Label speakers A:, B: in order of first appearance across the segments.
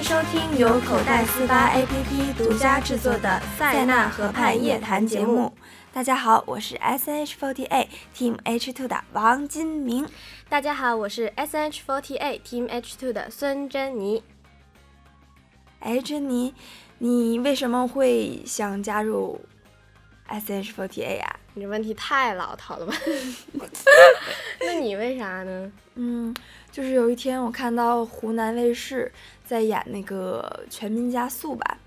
A: 收听由口袋四八 APP 独家制作的《塞纳河畔夜谈》节目。大家好，我是 SH48 Team H2 的王金明。
B: 大家好，我是 SH48 Team H2 的孙珍妮。
A: 哎，珍妮，你为什么会想加入 SH48 啊？
B: 你这问题太老套 了吧？那你为啥呢？
A: 嗯，就是有一天我看到湖南卫视在演那个《全民加速》吧，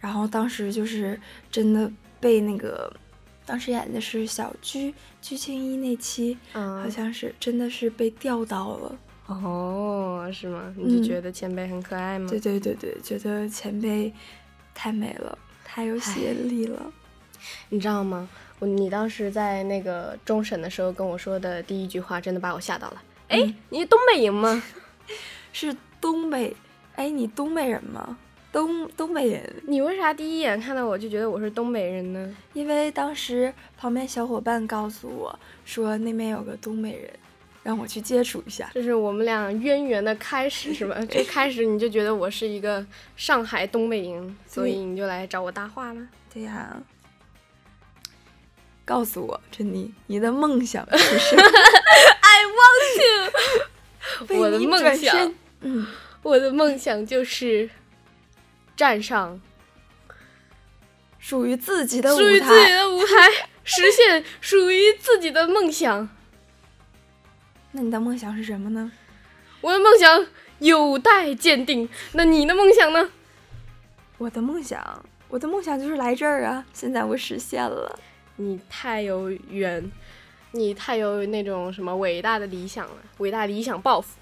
A: 然后当时就是真的被那个，当时演的是小鞠鞠婧祎那期，
B: 啊
A: 好像是真的是被钓到了。
B: 哦，是吗？你
A: 嗯
B: 就觉得前辈很可爱吗？
A: 对对对对，觉得前辈太美了，太有吸引力了。
B: 你知道吗？我你当时在那个终审的时候跟我说的第一句话，真的把我吓到了。哎、你东北人吗？
A: 是东北，哎，你东北人吗？东东北人，
B: 你为啥第一眼看到我就觉得我是东北人呢？
A: 因为当时旁边小伙伴告诉我说那边有个东北人，让我去接触一下。
B: 这是我们俩渊源的开始，是吧？最开始你就觉得我是一个上海东北人，所以你就来找我搭话了。
A: 对呀、 告诉我，珍妮，你的梦想是什么？ 为
B: 我的
A: 你
B: 梦
A: 转
B: 想
A: 身，嗯，
B: 我的梦想就是站上
A: 属于自己的舞
B: 属于自己
A: 台。
B: 的舞台，实现属于自己的梦想。
A: 那你的梦想是什么呢？
B: 我的梦想有待鉴定。那你的梦想呢？
A: 我的梦想，我的梦想就是来这儿啊！现在我实现了。
B: 你太有缘，你太有那种什么伟大的理想了，伟大理想抱负。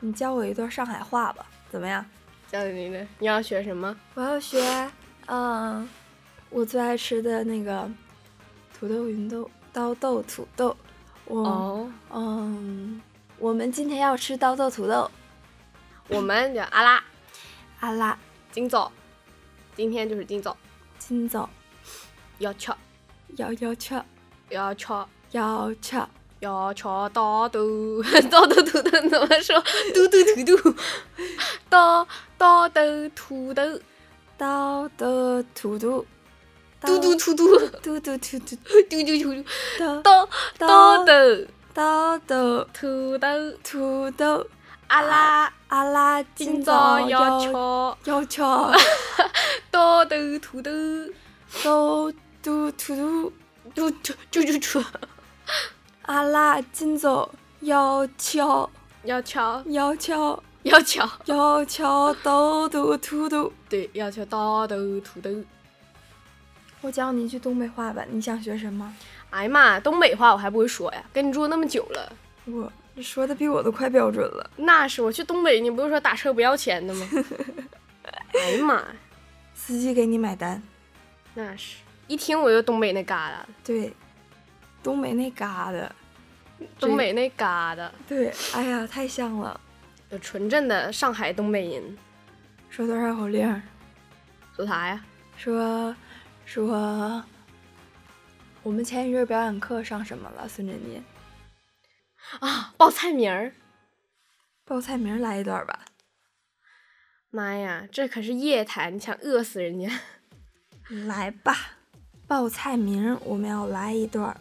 A: 你教我一段上海话吧，怎么样？
B: 教你呢？你要学什么？
A: 我要学，嗯，我最爱吃的那个土豆芸豆刀豆土豆。我、
B: 哦，
A: 嗯，我们今天要吃刀豆土豆。
B: 我们叫阿拉
A: 阿拉，
B: 今早，今天就是今早
A: 今早
B: 要吃
A: 要要吃，
B: 要吃
A: 要吃
B: 要吃刀豆刀豆土豆怎么说？嘟嘟土豆，刀刀豆土豆，
A: 刀豆土豆，
B: 嘟嘟土豆，
A: 嘟嘟嘟嘟
B: 嘟嘟土
A: 嘟
B: 豆，刀刀豆
A: 刀豆
B: 土豆，
A: 土豆。
B: 阿拉
A: 阿拉
B: 今
A: 今
B: 早
A: 早
B: 要
A: 要
B: 吃。
A: 要 吃
B: 刀豆土豆，
A: 豆嘟土豆。
B: 嘟嘟嘟嘟嘟，
A: 阿拉今早要吃
B: 要敲
A: 要吃
B: 要敲，
A: 要吃豆豆土豆。
B: 对，要敲刀豆土豆。
A: 我教你一句东北话吧，你想学什么？
B: 哎呀妈，东北话我还不会说呀，跟你住那么久了。
A: 我说的比我都快标准了。
B: 那是我去东北，你不是说打车不要钱的吗？哎呀妈，
A: 司机给你买单。
B: 那是一听我就东北那旮瘩，
A: 对，东北那嘎的。
B: 东北那旮瘩，
A: 对，哎呀，太像了。
B: 有纯正的上海东北人，
A: 说多绕口令儿？
B: 说啥呀？
A: 说说，我们前一阵儿表演课上什么了？孙振妮
B: 啊，报菜名儿。
A: 报菜名儿来一段儿吧。
B: 妈呀，这可是夜谈，你想饿死人家？
A: 来吧，报菜名儿我们要来一段儿。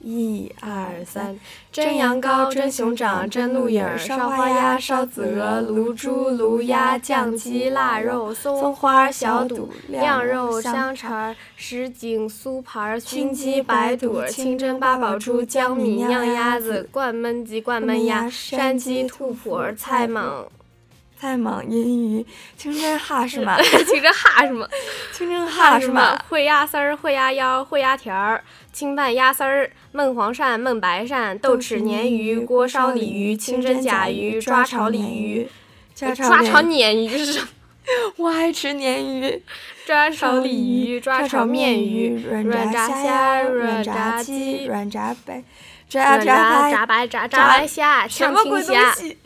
A: 一二三，，
B: 蒸羊羔，蒸熊掌，蒸鹿眼儿，烧花鸭，烧子鹅，卤猪，卤鸭，酱鸡，腊肉，松花小肚，晾肉香肠，什锦酥盘，熏鸡白肚，清蒸八宝猪，江米酿鸭子，灌焖鸡，灌焖鸭，山鸡兔脯儿，菜蟒，
A: 菜蟒、银鱼、清蒸哈士 满、
B: 请这哈什么？
A: 清蒸哈士满、
B: 烩鸭丝儿、烩鸭腰、烩鸭条儿、清拌鸭丝儿、焖黄鳝、焖白鳝、豆豉鲶鱼、锅烧鲤鱼、清蒸甲鱼、抓炒鲤鱼、、
A: 抓炒
B: 抓炒
A: 鲶鱼，
B: 鲶鱼是什么？
A: 我爱吃鲶鱼。
B: 抓炒鲤鱼、抓炒面鱼、
A: 软
B: 炸
A: 虾、
B: 软
A: 炸
B: 鸡、
A: 软炸白、
B: 软
A: 炸
B: 炸炸
A: 白、
B: 白炸
A: 炸
B: 炸白虾、
A: 什
B: 呛
A: 么
B: 青
A: 鬼东
B: 虾、
A: 西？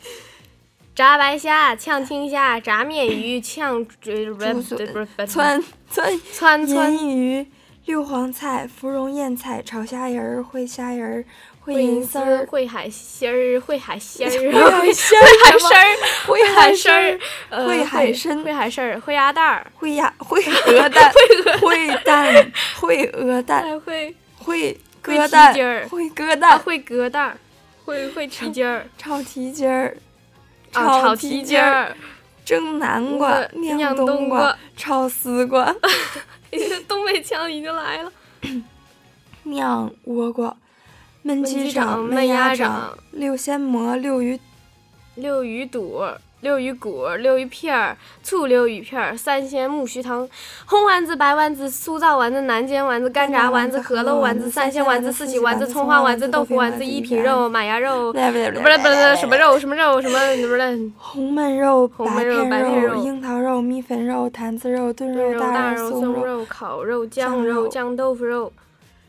B: 炸白虾、呛青虾、炸面鱼、呛呃不
A: 竹
B: 是
A: 笋
B: 不是不是
A: 川川
B: 川川
A: 腌鱼、六黄菜、芙蓉燕菜、炒虾仁儿、烩虾仁儿、会银丝儿，
B: 会海鲜儿，会海鲜儿，
A: 会 海鲜
B: 海参儿，
A: 会
B: 海
A: 海
B: 参儿
A: 参，
B: 呃
A: 会海参
B: 会海参儿，会鸭蛋儿，
A: 会鸭，会 鹅蛋，会蛋，会鹅蛋，
B: 还会
A: 会
B: 会
A: 鸽
B: 鸡
A: 蛋
B: 鸡儿，
A: 会鸽
B: 啊
A: 蛋，
B: 会鸽蛋儿，会会蹄筋儿，
A: 炒蹄筋儿，
B: 啊炒
A: 蹄
B: 蹄筋，儿，
A: 蒸南瓜，
B: 嗯酿冬
A: 冬
B: 瓜，
A: 炒丝瓜，
B: 东北腔已经来了。
A: 酿倭瓜，焖
B: 鸡
A: 鸡
B: 掌
A: 掌、
B: 焖鸭
A: 鸭
B: 掌、
A: 六鲜蘑、六鱼
B: 溜鱼肚、溜鱼骨、溜鱼片儿、醋溜鱼片儿、三鲜木须汤、红丸子、白丸子、酥造丸子、南煎丸子、干炸丸子、饸饹丸子、三鲜丸子、四喜丸子、葱花丸子、豆腐丸子、一品肉、马牙肉，
A: 那不
B: 不是不是什么肉什么肉什么不是
A: 红焖肉、
B: 红焖肉白
A: 白
B: 片
A: 片
B: 肉
A: 樱桃肉、米粉肉、坛子肉、炖
B: 肉
A: 肉、
B: 大
A: 肉、
B: 肉、
A: 松
B: 松、肉、烤肉、酱
A: 酱
B: 肉、
A: 肉
B: 酱豆腐肉、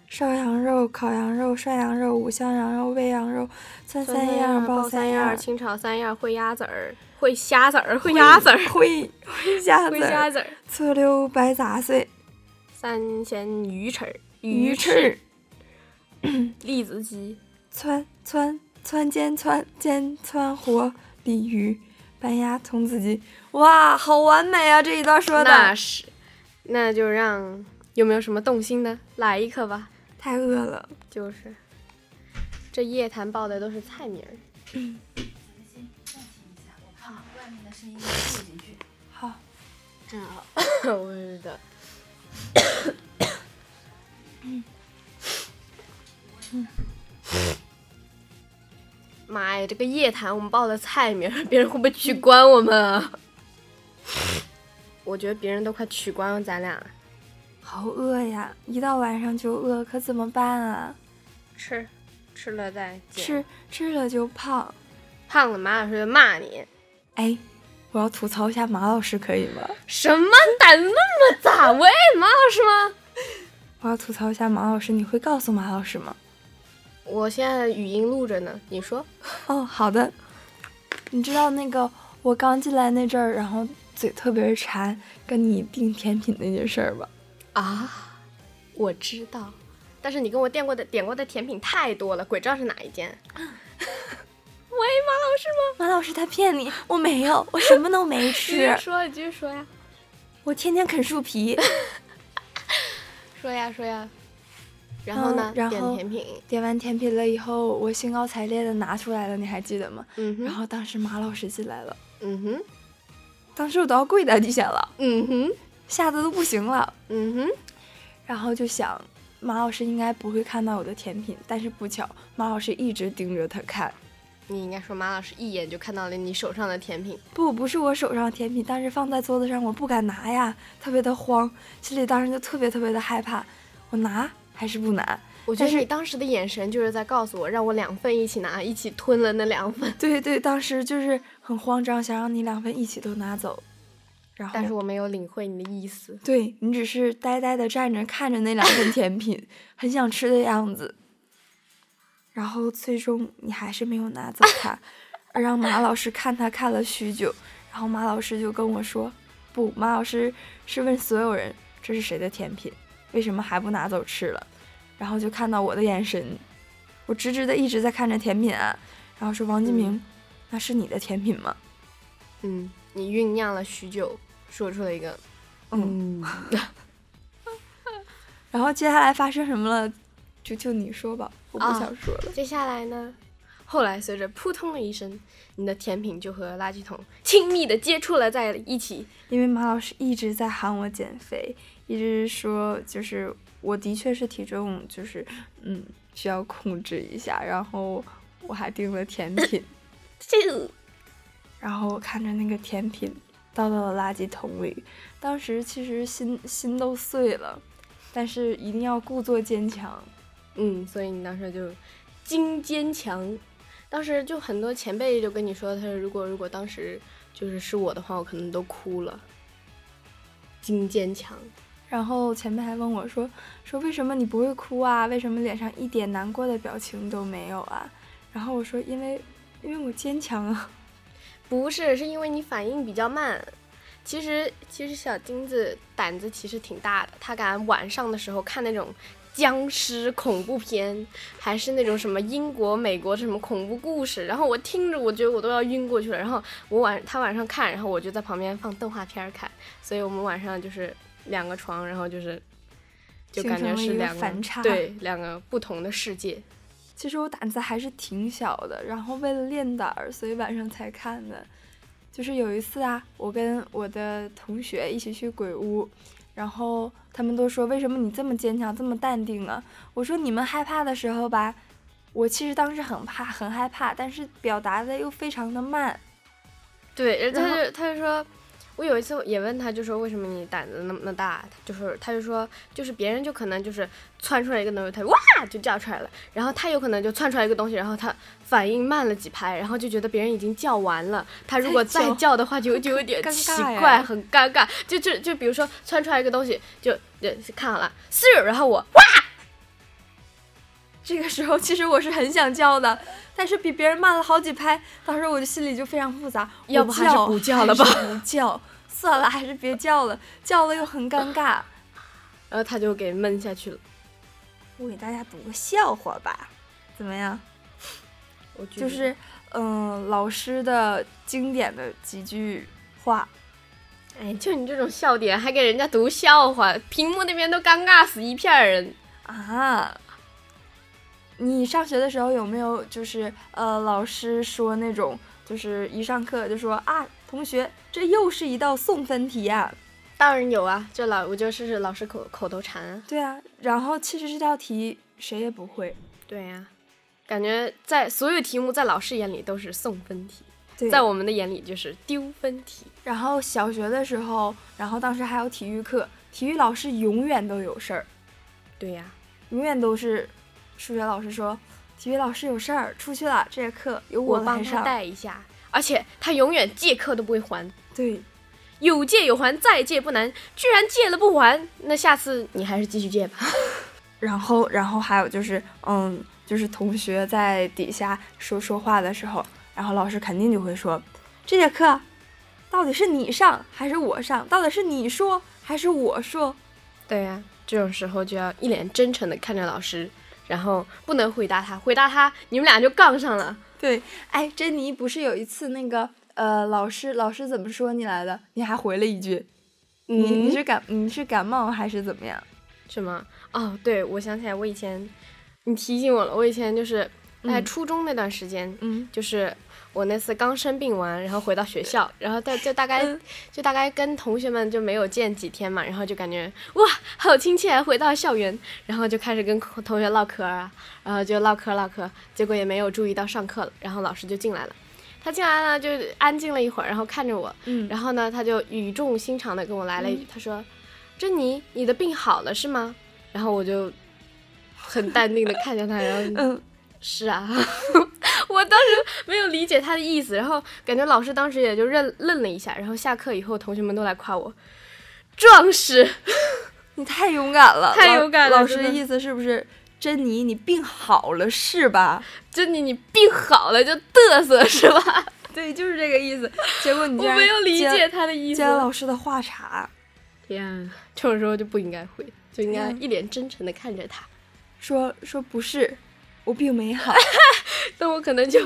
A: 烧羊肉、烤羊肉、涮羊肉、五香羊肉、喂羊肉、酸
B: 酸
A: 三
B: 样、
A: 样、
B: 爆
A: 三
B: 样、
A: 样、
B: 清炒三样、烩鸭子儿、烩虾子儿、烩鸭子儿、
A: 烩烩虾
B: 烩
A: 子
B: 虾
A: 儿、
B: 子儿、
A: 醋溜白杂碎、
B: 三鲜鱼翅儿、
A: 鱼
B: 翅
A: 翅、
B: 栗子鸡。
A: 汆汆汆煎汆煎汆活鲤鱼、白鸭、童子鸡。哇，好完美啊！这一段说
B: 那
A: 的
B: 是，那就让有没有什么动心的来一个吧。
A: 太饿了。
B: 就是这夜谈报的都是菜名儿，
C: 外面的声音录进去。
A: 好，
B: 真好。我也是的，妈呀！这个夜谈我们报的菜名儿，别人会不会取关我们啊？ 我觉得别人都快取关咱俩了。
A: 好饿呀！一到晚上就饿，可怎么办啊？
B: 吃，吃了再减
A: 吃吃了就胖。
B: 胖了，马老师就骂你。
A: 哎，我要吐槽一下马老师，可以吗？
B: 什么胆子那么大？喂，马老师吗？
A: 我要吐槽一下马老师，你会告诉马老师吗？
B: 我现在语音录着呢，你说
A: 哦，好的。你知道那个我刚进来那阵儿，然后嘴特别馋，跟你订甜品那件事儿吧？
B: 啊？我知道，但是你跟我点过的点过的甜品太多了，鬼知道是哪一间。 喂，马老师吗？
A: 马老师他骗你，我没有，我什么都没
B: 你继续
A: 吃，
B: 说，你继续说呀，
A: 我天天啃树皮，
B: 说呀，说呀。然后呢？
A: 嗯然
B: 点
A: 后
B: 甜品，
A: 点完甜品了以后，我兴高采烈的拿出来了，你还记得吗？
B: 嗯
A: 然
B: 哼，
A: 后当时马老师进来了，
B: 嗯哼，
A: 当时我都要跪在地下了，
B: 嗯哼，
A: 吓得都不行了，
B: 嗯哼，
A: 然后就想。马老师应该不会看到我的甜品，但是不巧，马老师一直盯着他看。
B: 你应该说马老师一眼就看到了你手上的甜品。
A: 不，不是我手上的甜品，但是放在桌子上，我不敢拿呀，特别的慌，心里当时就特别特别的害怕，我拿还是不拿？
B: 我觉得
A: 但是
B: 你当时的眼神就是在告诉我，让我两份一起拿，一起吞了那两份。
A: 对对，当时就是很慌张，想让你两份一起都拿走，然后
B: 但是我没有领会你的意思。
A: 对你只是呆呆的站着看着那两份甜品，很想吃的样子，然后最终你还是没有拿走它，让马老师看他看了许久，然后马老师就跟我说，不，马老师是问所有人这是谁的甜品，为什么还不拿走吃了，然后就看到我的眼神，我直直的一直在看着甜品啊，然后说王金明，那是你的甜品吗？
B: 嗯，你酝酿了许久，说出了一个
A: 嗯，然后接下来发生什么了，就就你说吧，我不
B: 啊
A: 想说了。
B: 接下来呢，后来随着扑通的一声，你的甜品就和垃圾桶亲密的接触了在一起。
A: 因为马老师一直在喊我减肥，一直说就是我的确是体重就是嗯需要控制一下，然后我还订了甜品，
B: 这
A: 然后我看着那个甜品倒到了垃圾桶里，当时其实心心都碎了，但是一定要故作坚强。
B: 嗯，所以你当时就精坚强。当时就很多前辈就跟你说，他说如果如果当时就是是我的话，我可能都哭了。精坚强，
A: 然后前辈还问我说：“说为什么你不会哭啊？为什么脸上一点难过的表情都没有啊？”然后我说：“因为，因为我坚强啊。
B: 不是，是因为你反应比较慢。其实，其实小金子胆子其实挺大的，他敢晚上的时候看那种僵尸恐怖片，还是那种什么英国、美国什么恐怖故事，然后我听着，我觉得我都要晕过去了。然后我晚他晚上看，然后我就在旁边放动画片看，所以我们晚上就是两个床，然后就是就感觉是两
A: 个反差，
B: 对两个不同的世界。
A: 其实我胆子还是挺小的，然后为了练胆儿，所以晚上才看的。就是有一次啊，我跟我的同学一起去鬼屋，然后他们都说：“为什么你这么坚强，这么淡定啊？”我说：“你们害怕的时候吧，我其实当时很怕，很害怕，但是表达的又非常的慢。”
B: 对，他就他就说，我有一次也问他，就说为什么你胆子那么大？他就是他就说，就是别人就可能就是窜出来一个东西，他哇就叫出来了，然后他有可能就窜出来一个东西，然后他。反应慢了几拍，然后就觉得别人已经叫完了，他如果再叫的话就，就就有点奇怪，很尴尬。就就就比如说窜出来一个东西，就就看好了，Sir，然后我哇，
A: 这个时候其实我是很想叫的，但是比别人慢了好几拍，当时我就心里就非常复杂，
B: 要不还是不
A: 叫
B: 了吧？
A: 不叫，算了，还是别叫了，叫了又很尴尬，
B: 然后他就给闷下去了。
A: 我给大家读个笑话吧，怎么样？
B: 我
A: 就是，嗯、呃，老师的经典的几句话。
B: 哎，就你这种笑点，还给人家读笑话，屏幕那边都尴尬死一片人
A: 啊！你上学的时候有没有就是呃，老师说那种，就是一上课就说啊，同学，这又是一道送分题啊？
B: 当然有啊，这老我就是老师口口头禅啊。
A: 对啊，然后其实这道题谁也不会。
B: 对呀、啊。感觉在所有题目在老师眼里都是送分
A: 题，
B: 在我们的眼里就是丢分题。
A: 然后小学的时候，然后当时还有体育课，体育老师永远都有事儿。
B: 对呀、
A: 啊，永远都是数学老师说，体育老师有事儿出去了，这节课由
B: 我
A: 来上。
B: 带一下，而且他永远借课都不会还。
A: 对，
B: 有借有还，再借不难。居然借了不还，那下次你还是继续借吧。
A: 然后，然后还有就是，嗯。就是同学在底下说说话的时候，然后老师肯定就会说：“这节课到底是你上还是我上？到底是你说还是我说？”
B: 对呀、啊，这种时候就要一脸真诚的看着老师，然后不能回答他，回答他你们俩就杠上了。
A: 对，哎，珍妮不是有一次那个呃，老师老师怎么说你来的？你还回了一句：“嗯、你你是感你是感冒还是怎么样？”
B: 什么？哦，对，我想起来，我以前。你提醒我了，我以前就是在初中那段时间，
A: 嗯，
B: 就是我那次刚生病完，然后回到学校，然后大就大概、嗯、就大概跟同学们就没有见几天嘛，然后就感觉哇好亲切，啊回到校园，然后就开始跟同学唠嗑啊，然后就唠嗑唠嗑，结果也没有注意到上课了，然后老师就进来了，他进来呢就安静了一会儿，然后看着我，
A: 嗯，
B: 然后呢他就语重心长的跟我来了一句，嗯、他说：“珍妮，你的病好了是吗？”然后我就。很淡定的看着他，然后，
A: 嗯，
B: 是啊， 我当时没有理解他的意思，然后感觉老师当时也就愣愣了一下，然后下课以后，同学们都来夸我，壮士，
A: 你太勇敢了，
B: 太勇敢了。
A: 老师的意思是不是珍妮，你病好了是吧？
B: 珍妮，你病好了就嘚瑟是吧？
A: 对，就是这个意思。结 果你
B: 我没有理解他的意思，接
A: 了老师的话茬。
B: 天啊，这种时候就不应该回，就应
A: 啊
B: 该一脸真诚的看着他。
A: 说说不是，我并没 好，
B: 那我可能就，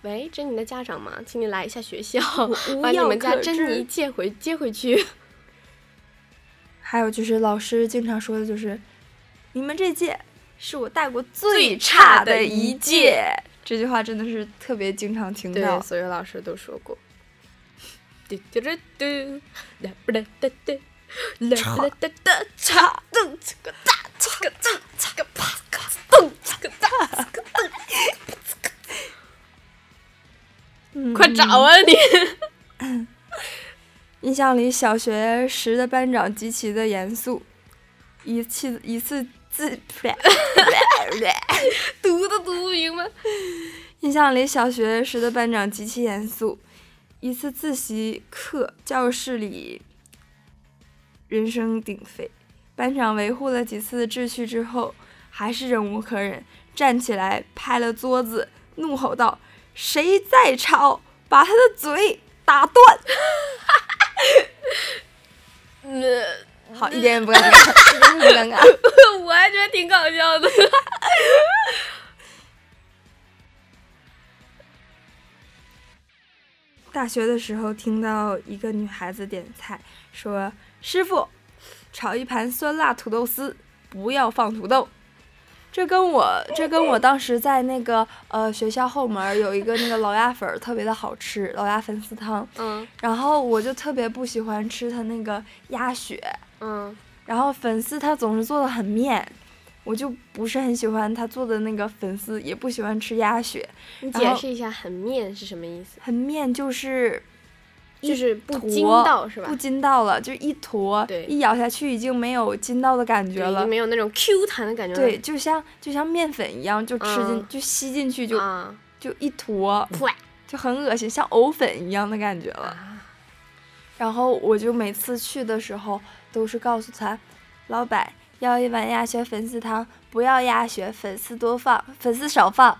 B: 喂，珍妮的家长嘛，请你来一下学 校，
A: 啊
B: 把你们家珍 妮接回接回去。
A: 还有就是老师经常说的就是，你们这届是我带过最差的一届，这句话真的是特别经常听到，
B: 所有老师都说过。嘟嘟嘟嘟，哒不哒哒哒，哒不哒哒哒，咚这个哒。个哒，个啪，个咚，个哒，个咚，快找啊你！
A: 嗯印象里，小学时的班长极其的严肃，一次一次自，
B: 读都读不明白。
A: 印象里，小学时的班长极其严肃，一次自习课，教室里人声鼎沸。班长维护了几次秩序之后，还是忍无可忍，站起来拍了桌子，怒吼道：“谁再吵，把他的嘴打断！”
B: 嗯，
A: 好，一点也不敢。很尴尬。
B: 我还觉得挺搞笑的。
A: 大学的时候听到一个女孩子点菜，说：“师傅，炒一盘酸辣土豆丝，不要放土豆。”这跟我这跟我当时在那个呃学校后门儿有一个那个老鸭粉儿特别的好吃，老鸭粉丝汤。
B: 嗯
A: 然后我就特别不喜欢吃它那个鸭血，
B: 嗯
A: 然后粉丝它总是做的很面，我就不是很喜欢它做的那个粉丝，也不喜欢吃鸭血。
B: 你
A: 然
B: 解
A: 后
B: 释一下“很面”是什么意思？
A: 很面就是
B: 就是不
A: 坨
B: 筋道是吧
A: 不？筋道了，就一坨
B: 对，
A: 一咬下去已经没有筋道的感觉
B: 对，已
A: 了
B: 经。没有那种 Q 弹的感觉了。
A: 对，就像就像面粉一样，就吃进、
B: 嗯
A: 就吸进去就、
B: 啊，
A: 就一坨，
B: 噗
A: 就很恶心，像藕粉一样的感觉了。
B: 啊，
A: 然后我就每次去的时候都是告诉他，老板要一碗鸭血粉丝汤，不要鸭血，粉丝多放，粉丝少放。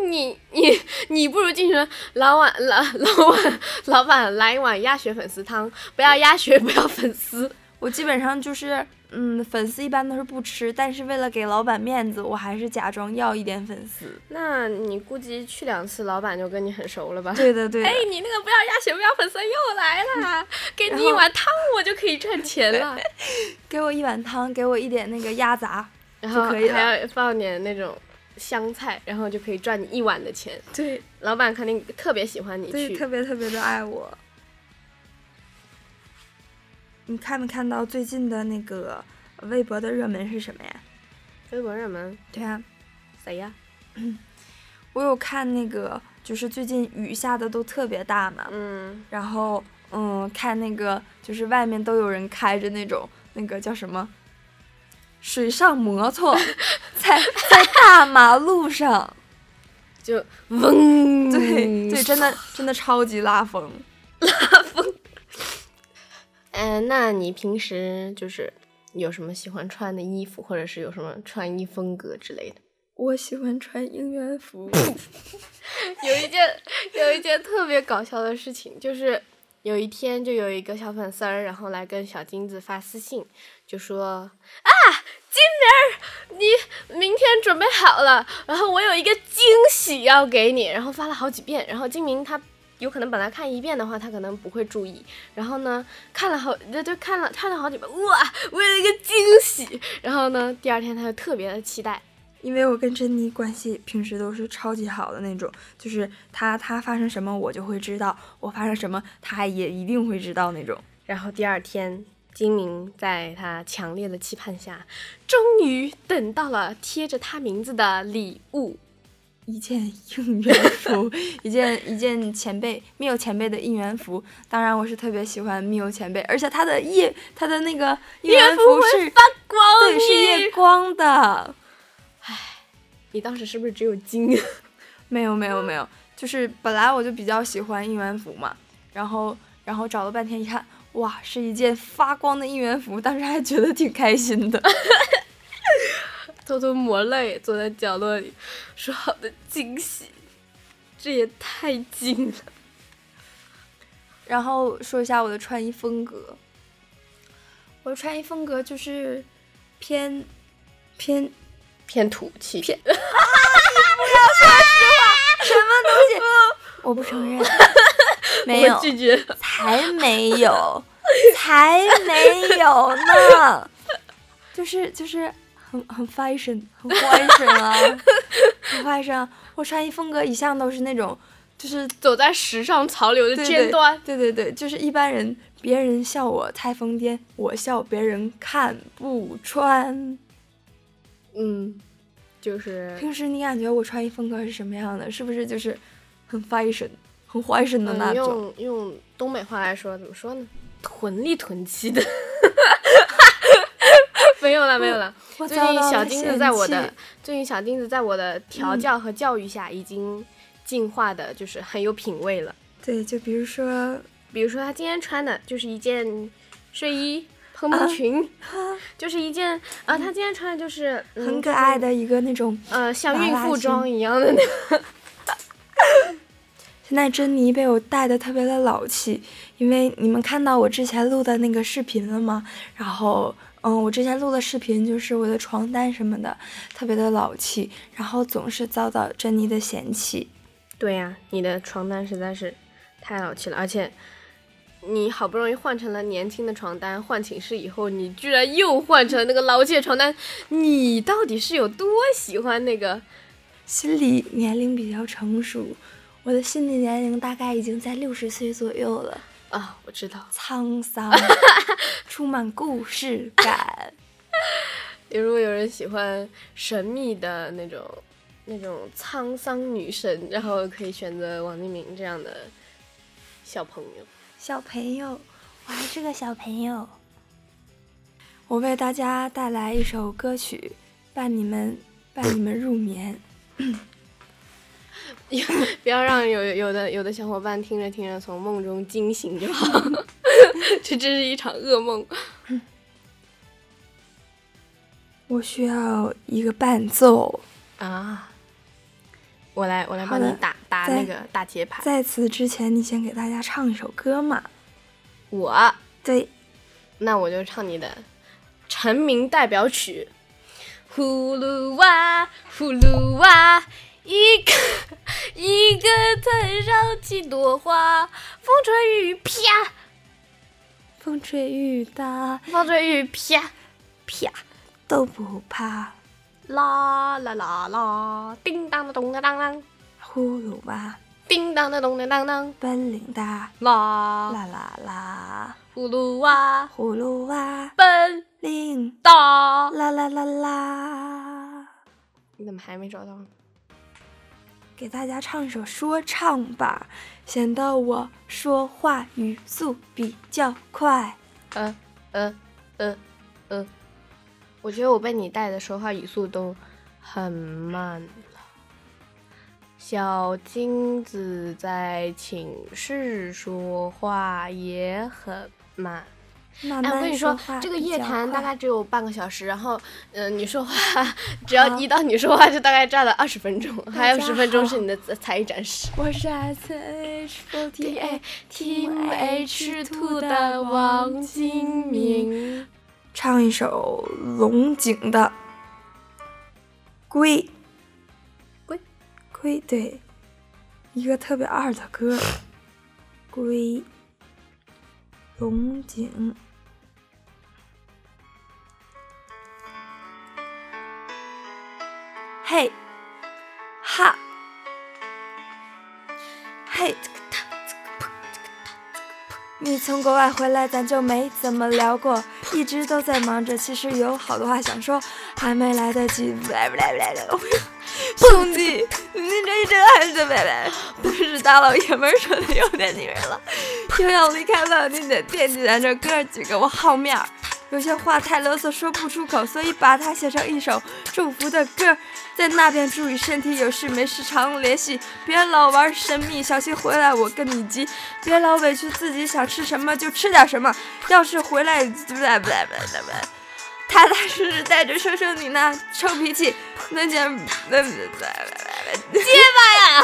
B: 你你你不如进去说老板老老板老板来一碗鸭血粉丝汤，不要鸭血，不要粉丝。
A: 我基本上就是，嗯，粉丝一般都是不吃，但是为了给老板面子，我还是假装要一点粉丝。
B: 那你估计去两次，老板就跟你很熟了吧？
A: 对的，对的。
B: 哎，你那个不要鸭血，不要粉丝又来啦！给
A: 然
B: 你一
A: 后
B: 碗汤，我就可以赚钱 了。
A: 给我一碗汤，给我一点那个鸭杂。
B: 然后
A: 可以
B: 还要放点那种香菜，然后就可以赚你一碗的钱。
A: 对
B: 老板肯定特别喜欢你
A: 对，
B: 去
A: 特。别特别的爱我。你看没看到最近的那个微博的热门是什么呀？
B: 微博热门
A: 对啊，
B: 谁呀？
A: 我有看那个，就是最近雨下的都特别大嘛，
B: 嗯，
A: 然后嗯，看那个就是外面都有人开着那种那个叫什么，水上摩托，在在大马路上，
B: 就嗡。
A: 对对，真的真的超级拉风。
B: 嗯、那你平时就是有什么喜欢穿的衣服，或者是有什么穿衣风格之类的？
A: 我喜欢穿应援服，
B: 有一件有一件特别搞笑的事情，就是有一天就有一个小粉丝儿，然后来跟小金子发私信，就说啊，金明儿，你明天准备好了，然后我有一个惊喜要给你，然后发了好几遍，然后金明他。有可能本来看一遍的话，他可能不会注意。然后呢，看了好，就就看了看了好几遍，哇，我有一个惊喜。然后呢，第二天他就特别的期待，
A: 因为我跟珍妮关系平时都是超级好的那种，就是她她发生什么我就会知道，我发生什么她也一定会知道那种。
B: 然后第二天，金明在他强烈的期盼下，终于等到了贴着他名字的礼物。
A: 一件应援服，一件一件前辈 Miu 前辈的应援服。当然，我是特别喜欢 Miu 前辈，而且他的夜他的那个应援服是
B: 发光
A: 对是夜
B: 耶！
A: 光的。
B: 你当时是不是只有金？
A: 没有没有没有，就是本来我就比较喜欢应援服嘛，然后然后找了半天一看，哇，是一件发光的应援服，当时还觉得挺开心 的。
B: 偷偷抹泪，坐在角落里，说好的惊喜，这也太近了。
A: 然后说一下我的穿衣风格，我的穿衣风格就是偏偏
B: 偏土气，偏
A: 什么东西？ 我不承 认，没有
B: 我，拒绝。
A: 才没有，才没有呢，就是就是很很 fashion，很 fashion 啊，很 fashion 啊。我穿衣风格一向都是那种，就是
B: 走在时尚潮流的
A: 对
B: 尖端，
A: 对对对，就是一般人别人笑我太疯癫，我笑别人看不穿。
B: 嗯，就是
A: 平时你感觉我穿衣风格是什么样的？是不是就是很 fashion、很 fashion 的那
B: 嗯，
A: 种？
B: 用用东北话来说，怎么说呢？屯里屯气的。 没有了，没有了。
A: 我
B: 最
A: 遭
B: 近
A: 到了
B: 小金子在我
A: 嫌
B: 的
A: 弃，
B: 最近小金子在我的调
A: 嗯
B: 教和教育下，已经进化的，就是很有品味了。
A: 对，就比如说
B: 比如说，他今天穿的就是一件睡衣、蓬
A: 啊
B: 蓬裙，就是一件啊，他今天穿的就是、嗯
A: 很可爱，的一个那种。
B: 就是呃，像
A: 娃
B: 孕
A: 娃
B: 妇
A: 裙
B: 装一样的那种。
A: 现在珍妮被我带的特别的老气，因为你们看到我之前录的那个视频了吗？然后，嗯、嗯，我之前录的视频就是我的床单什么的特别的老气，然后总是遭到珍妮的嫌弃。
B: 对呀、你的床单实在是太老气了，而且你好不容易换成了年轻的床单，换寝室以后，你居然又换成了那个老气的床单，你到底是有多喜欢那个？
A: 心理年龄比较成熟，我的心理年龄大概已经在六十岁左右了，
B: 啊，我知道，
A: 沧桑， 充满故事感。
B: 如果有人喜欢神秘的那种、那种沧桑女神，然后可以选择王敬明这样的小朋友。
A: 小朋友，我还是个小朋友。我为大家带来一首歌曲，伴你们伴你们入眠。
B: 不要让有有的有的小伙伴听着听着从梦中惊醒就好， 这真是一场噩梦。
A: 我需要一个伴奏，
B: 啊！我来，我来
A: 好
B: 帮
A: 的
B: 你打打
A: 在
B: 那个打节拍。
A: 在此之前，你先给大家唱一首歌嘛？
B: 我，
A: 对，
B: 那我就唱你的成名代表曲《呼噜娃、呼噜娃》，一个一个藤上七朵花，风吹雨啪，
A: 风吹雨打
B: 风吹雨啪啪，
A: 都不怕，
B: 啦啦啦啦，叮当的咚的当当，
A: 呼噜娃
B: 叮当的咚的当当，
A: 本领大，
B: 啦，
A: 啦啦啦，
B: 呼噜娃
A: 葫芦娃
B: 奔
A: 铃，
B: 到。
A: 啦啦啦啦。
B: 你怎么还没找到呢？
A: 给大家唱一首说唱吧，显得我说话语速比较快。
B: 嗯嗯嗯嗯，我觉得我被你带的说话语速都很慢了。小金子在寝室说话也很慢。
A: 慢
B: 哎，我跟
A: 慢
B: 你说
A: 话，
B: 这个
A: 比
B: 夜
A: 较
B: 谈大
A: 快
B: 概只有半个小时，然后，嗯、你说话， 只要一到你说话，就大概占了二十分钟，还有
A: 大家
B: 十分钟
A: 好
B: 是你的才才艺展示。
A: 我是 S H O T A
B: Team
A: Team
B: H
A: H
B: Two
A: Two
B: 的
A: 的
B: 王
A: 王
B: 金
A: 金
B: 明
A: 明。唱一首龙井的《龟》，
B: 龟，
A: 龟，对，一个特别二的歌，《龟》，龙井。嘿，哈，嘿。你从国外回来，咱就没怎么聊过，一直都在忙着。其实有好多话想说，还没来得及。来来来来，兄弟，你这一整还是拜拜，都是大老爷们儿说的有点女人了。又要离开了，你得惦记咱这哥几个，我好面儿。有些话太啰嗦说不出口，所以把它写成一首祝福的歌。在那边注意身体，有事没事常联系，别老玩神秘，小心回来我跟你急。别老委屈自己，想吃什么就吃点什么。要是回来，不来不来不来不来，踏踏实实带着说说你那臭脾气，那呃 件那那那
B: 结巴呀，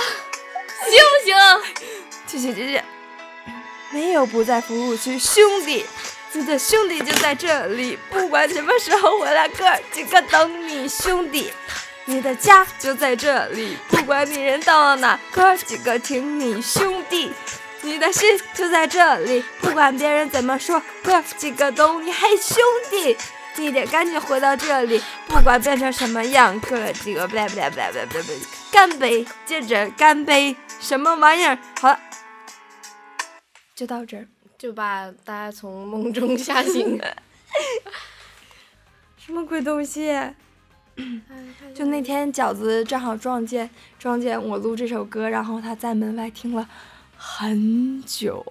B: 行不行？
A: 去去 去去，没有不在服务区，兄弟。你的兄弟就在这里，不管什么时候回来，哥几个等你，兄弟。你的家就在这里，不管你人到了哪，哥几个挺你兄弟。你的心就在这里，不管别人怎么说，哥几个懂你。嘿，兄弟，你得赶紧回到这里，不管变成什么样，哥几个不来不来不来不来不来，干杯，接着干杯，什么玩意儿？好了，就到这儿。
B: 就把大家从梦中吓醒。
A: 什么鬼东西？就那天饺子正好撞见撞见我录这首歌，然后他在门外听了很久，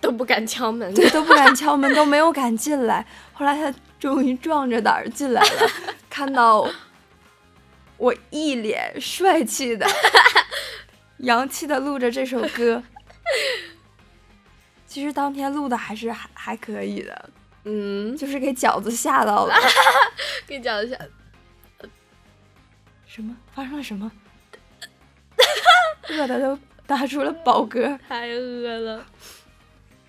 B: 都不敢敲 门。
A: 都不敢敲门，都没有敢进来。后来他终于壮着胆儿进来了，看到我一脸帅气的、洋气的录着这首歌。其实当天录的还是还还可以的，
B: 嗯，
A: 就是给饺子吓到了。
B: 给你讲一下，
A: 什么？发生了什 么？饿的都打出了饱嗝。
B: 太饿了，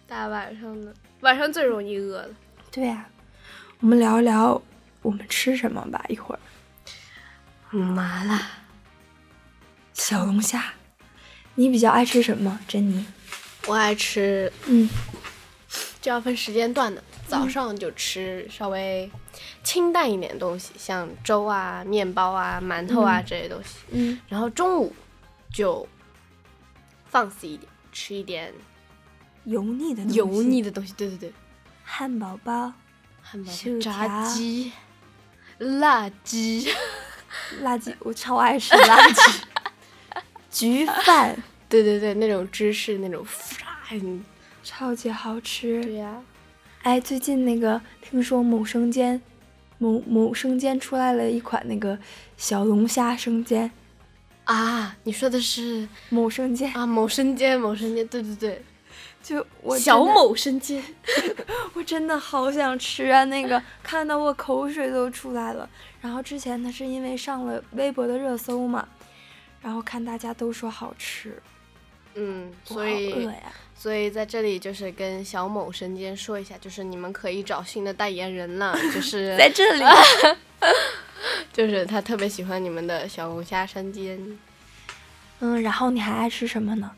B: 大晚上的，晚上最容易饿了。
A: 对呀、我们聊一聊我们吃什么吧，一会儿
B: 麻辣
A: 小龙虾，你比较爱吃什么，珍妮？
B: 我爱吃，
A: 嗯，
B: 这要分时间段的。早上就吃稍微清淡一点的东西，像粥啊、面包啊、馒头啊、
A: 嗯
B: 这些东西。
A: 嗯，
B: 然后中午就放肆一点，吃一点
A: 油腻的东西
B: 油腻的东西。对对对，
A: 汉堡包、
B: 汉堡
A: 薯、条
B: 炸鸡、辣鸡，
A: 辣鸡，我超爱吃辣鸡， 焗饭
B: 对对对，那种芝士那种嗯 fry，
A: 超级好吃。
B: 对呀、
A: 哎，最近那个听说某生煎，某某生煎出来了一款那个小龙虾生煎，
B: 啊。你说的是
A: 某生煎
B: 啊，某生煎，某生煎，对对对，
A: 就我真
B: 小
A: 的，
B: 某生煎，
A: 我真的好想吃啊！那个看到我口水都出来了。然后之前它是因为上了微博的热搜嘛，然后看大家都说好吃，
B: 嗯，
A: 我
B: 所
A: 好
B: 以
A: 饿呀。
B: 所以在这里就是跟小某神间说一下，就是你们可以找新的代言人了，就 是
A: 在这里，
B: 就是他特别喜欢你们的小龙虾山间。
A: 嗯，然后你还爱吃什么呢？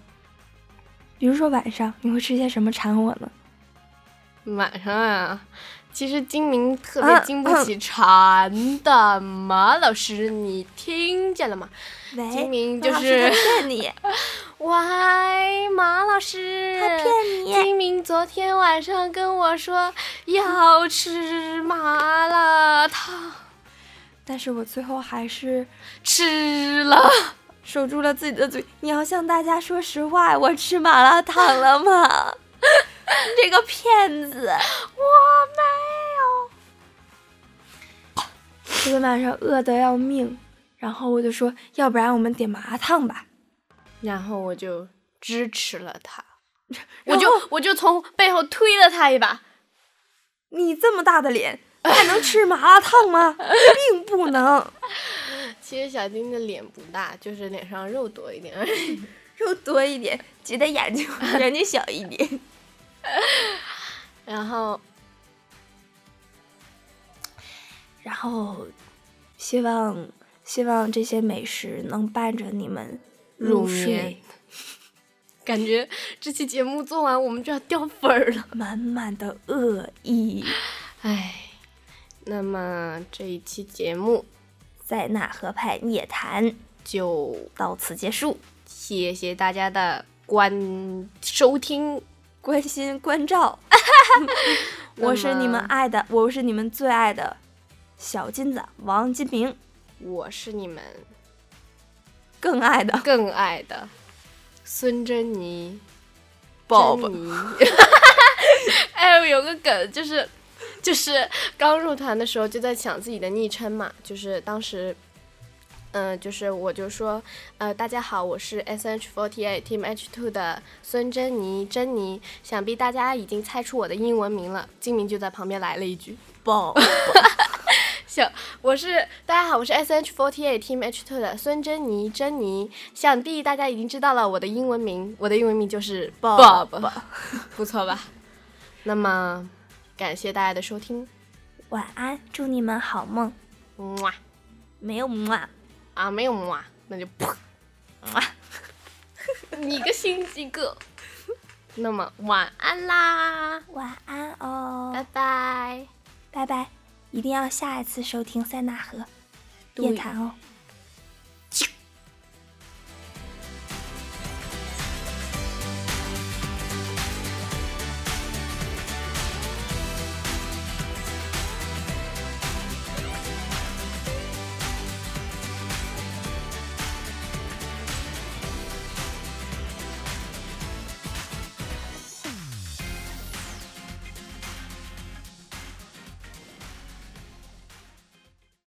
A: 比如说晚上你会吃些什么馋我呢？
B: 晚上啊，其实精明特
A: 啊
B: 别经不起馋的，马老师你听见了吗？
A: 喂，
B: 精明
A: 马
B: 就
A: 老师
B: 是
A: 他 骗你，
B: 喂，马老师，
A: 他骗你
B: 金明昨天晚上跟我说要吃麻辣烫，
A: 但是我最后还是
B: 吃了。
A: 守住了自己的嘴。你要向大家说实话，我吃麻辣烫了吗？ 这个骗子！
B: 我没有。
A: 昨天晚上饿得要命，然后我就说，要不然我们点麻辣烫吧。
B: 然后我就支持了他，我就我就从背后推了他一把。
A: 你这么大的脸，还能吃麻辣烫吗？ 并不能，
B: 其实小丁的脸不大，就是脸上肉多一点而已。
A: 肉多一点，挤得眼睛 眼睛小一点。
B: 然后
A: 然后，希望希望这些美食能伴着你们入
B: 入
A: 睡
B: 眠，嗯 感觉这期节目做完我们就要掉粉儿了。
A: 满满的恶意。
B: 唉，那么这一期节目
A: 塞纳河畔夜谈
B: 就
A: 到此结束。
B: 谢谢大家的观收听，
A: 关心关照，我是你们爱的，我是你们最爱的小金子王金平，
B: 我是你们
A: 更爱的
B: 更爱的孙珍妮。
A: 宝宝
B: 珍。妮。 哎，我有个梗就是，就是刚入团的时候就在想自己的昵称嘛，就是当时。嗯、就是我就说，呃，大家好，我是 S H forty eight Team H two 的孙珍妮，珍妮，想必大家已经猜出我的英文名了。金明就在旁边来了一句，
A: 宝，
B: 想我是大家好，我是 S H forty eight Team H two 的孙珍妮，珍妮，想必大家已经知道了我的英文名，我的英文名就是
A: Bob
B: Bob，不错吧？ 那么感谢大家的收听，
A: 晚安，祝你们好梦，
B: 么啊
A: 没有么啊，
B: 啊没有么啊，那就噗，
A: 么啊
B: 你个心机 girl。那么晚安啦，
A: 晚安哦，
B: 拜拜。
A: 拜拜，一定要下一次收听塞纳河夜谈哦，